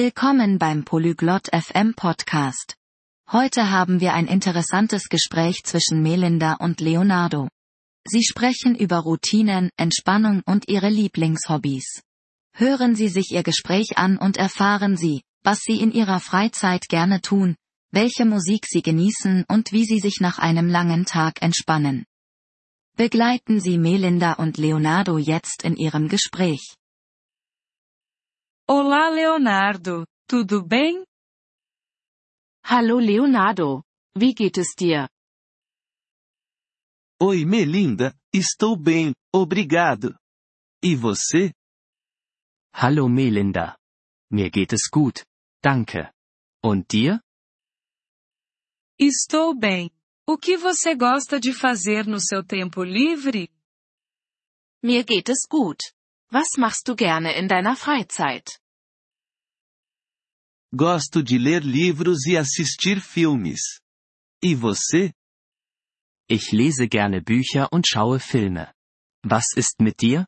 Willkommen beim Polyglot FM Podcast. Heute haben wir ein interessantes Gespräch zwischen Melinda und Leonardo. Sie sprechen über Routinen, Entspannung und ihre Lieblingshobbys. Hören Sie sich Ihr Gespräch an und erfahren Sie, was Sie in Ihrer Freizeit gerne tun, welche Musik Sie genießen und wie Sie sich nach einem langen Tag entspannen. Begleiten Sie Melinda und Leonardo jetzt in ihrem Gespräch. Olá, Leonardo. Tudo bem? Hallo Leonardo. Wie geht es dir? Oi, Melinda. Estou bem, obrigado. E você? Hallo Melinda. Mir geht es gut. Danke. Und dir? Estou bem. O que você gosta de fazer no seu tempo livre? Mir geht es gut. Was machst du gerne in deiner Freizeit? Gosto de ler livros e assistir filmes. E você? Ich lese gerne Bücher und schaue Filme. Was ist mit dir?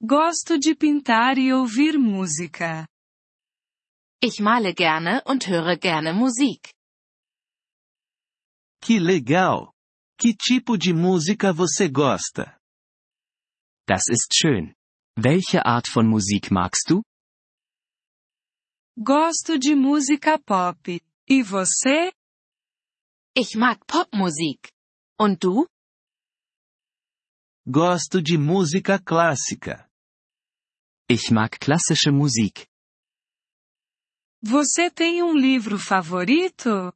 Gosto de pintar e ouvir música. Ich male gerne und höre gerne Musik. Que legal! Que tipo de música você gosta? Das ist schön. Welche Art von Musik magst du? Gosto de música pop. E você? Ich mag Popmusik. Und du? Gosto de música clássica. Ich mag klassische Musik. Você tem um livro favorito?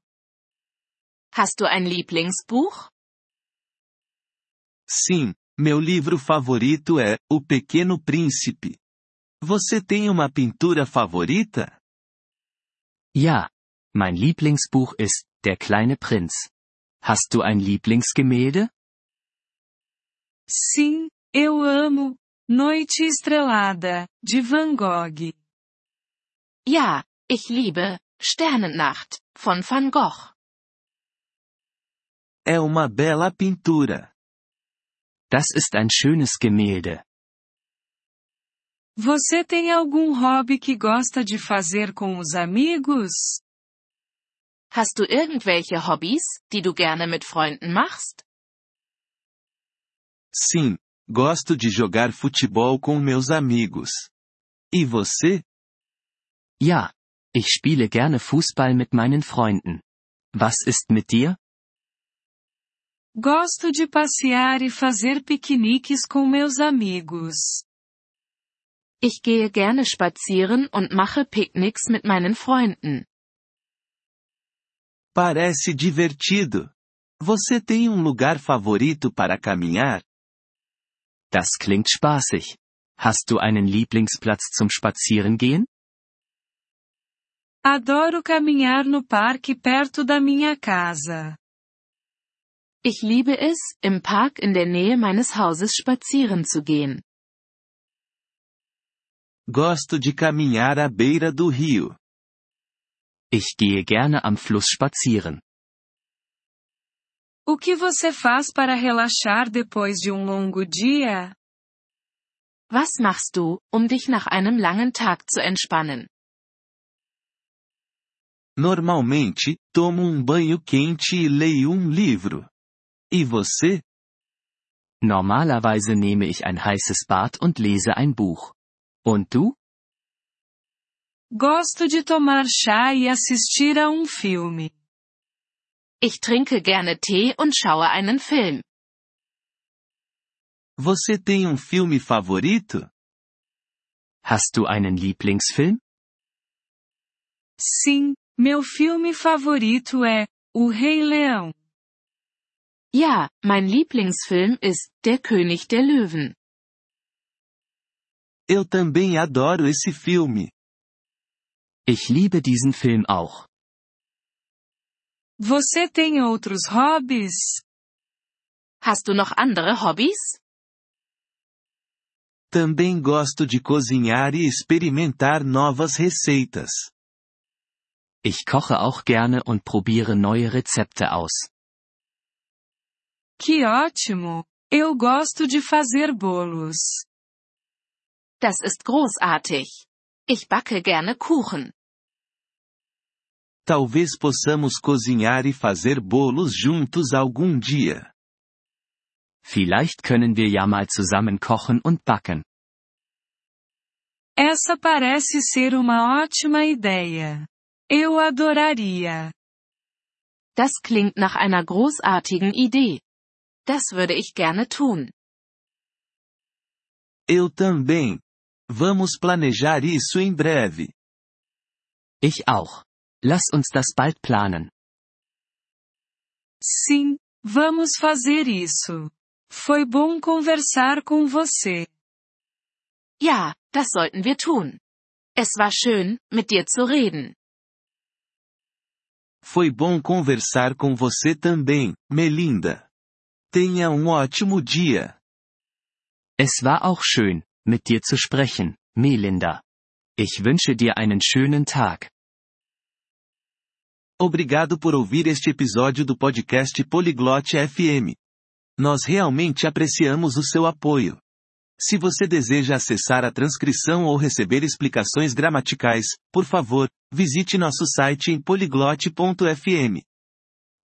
Hast du ein Lieblingsbuch? Sim, meu livro favorito é O Pequeno Príncipe. Você tem uma pintura favorita? Ja. Mein Lieblingsbuch ist Der kleine Prinz. Hast du ein Lieblingsgemälde? Sim, eu amo Noite Estrelada, de Van Gogh. Ja, ich liebe Sternennacht von Van Gogh. É uma bela pintura. Das ist ein schönes Gemälde. Você tem algum hobby que gosta de fazer com os amigos? Hast du irgendwelche Hobbys, die du gerne mit Freunden machst? Sim, gosto de jogar futebol com meus amigos. E você? Ja. Ich spiele gerne Fußball mit meinen Freunden. Was ist mit dir? Gosto de passear e fazer piqueniques com meus amigos. Ich gehe gerne spazieren und mache Picknicks mit meinen Freunden. Parece divertido. Você tem um lugar favorito para caminhar? Das klingt spaßig. Hast du einen Lieblingsplatz zum Spazierengehen? Adoro caminhar no parque perto da minha casa. Ich liebe es, im Park in der Nähe meines Hauses spazieren zu gehen. Gosto de caminhar à beira do rio. Ich gehe gerne am Fluss spazieren. O que você faz para relaxar depois de um longo dia? Was machst du, um dich nach einem langen Tag zu entspannen? Normalmente, tomo um banho quente e leio um livro. E você? Normalerweise nehme ich ein heißes Bad und lese ein Buch. Und du? Gosto de tomar chá e assistir a um filme. Ich trinke gerne Tee und schaue einen Film. Você tem um filme favorito? Hast du einen Lieblingsfilm? Sim, meu filme favorito é O Rei Leão. Ja, mein Lieblingsfilm ist Der König der Löwen. Eu também adoro esse filme. Ich liebe diesen Film auch. Você tem outros hobbies? Hast du noch andere Hobbys? Também gosto de cozinhar e experimentar novas receitas. Ich koche auch gerne und probiere neue Rezepte aus. Que ótimo! Eu gosto de fazer bolos. Das ist großartig. Ich backe gerne Kuchen. Talvez possamos cozinhar e fazer bolos juntos algum dia. Vielleicht können wir ja mal zusammen kochen und backen. Essa parece ser uma ótima ideia. Eu adoraria. Das klingt nach einer großartigen Idee. Das würde ich gerne tun. Eu também. Vamos planejar isso em breve. Ich auch. Lass uns das bald planen. Sim, vamos fazer isso. Foi bom conversar com você. Ja, das sollten wir tun. Es war schön, mit dir zu reden. Foi bom conversar com você também, Melinda. Tenha um ótimo dia. Es war auch schön, mit dir zu sprechen, Melinda. Ich wünsche dir einen schönen Tag. Obrigado por ouvir este episódio do podcast Poliglote FM. Nós realmente apreciamos o seu apoio. Se você deseja acessar a transcrição ou receber explicações gramaticais, por favor, visite nosso site em poliglote.fm.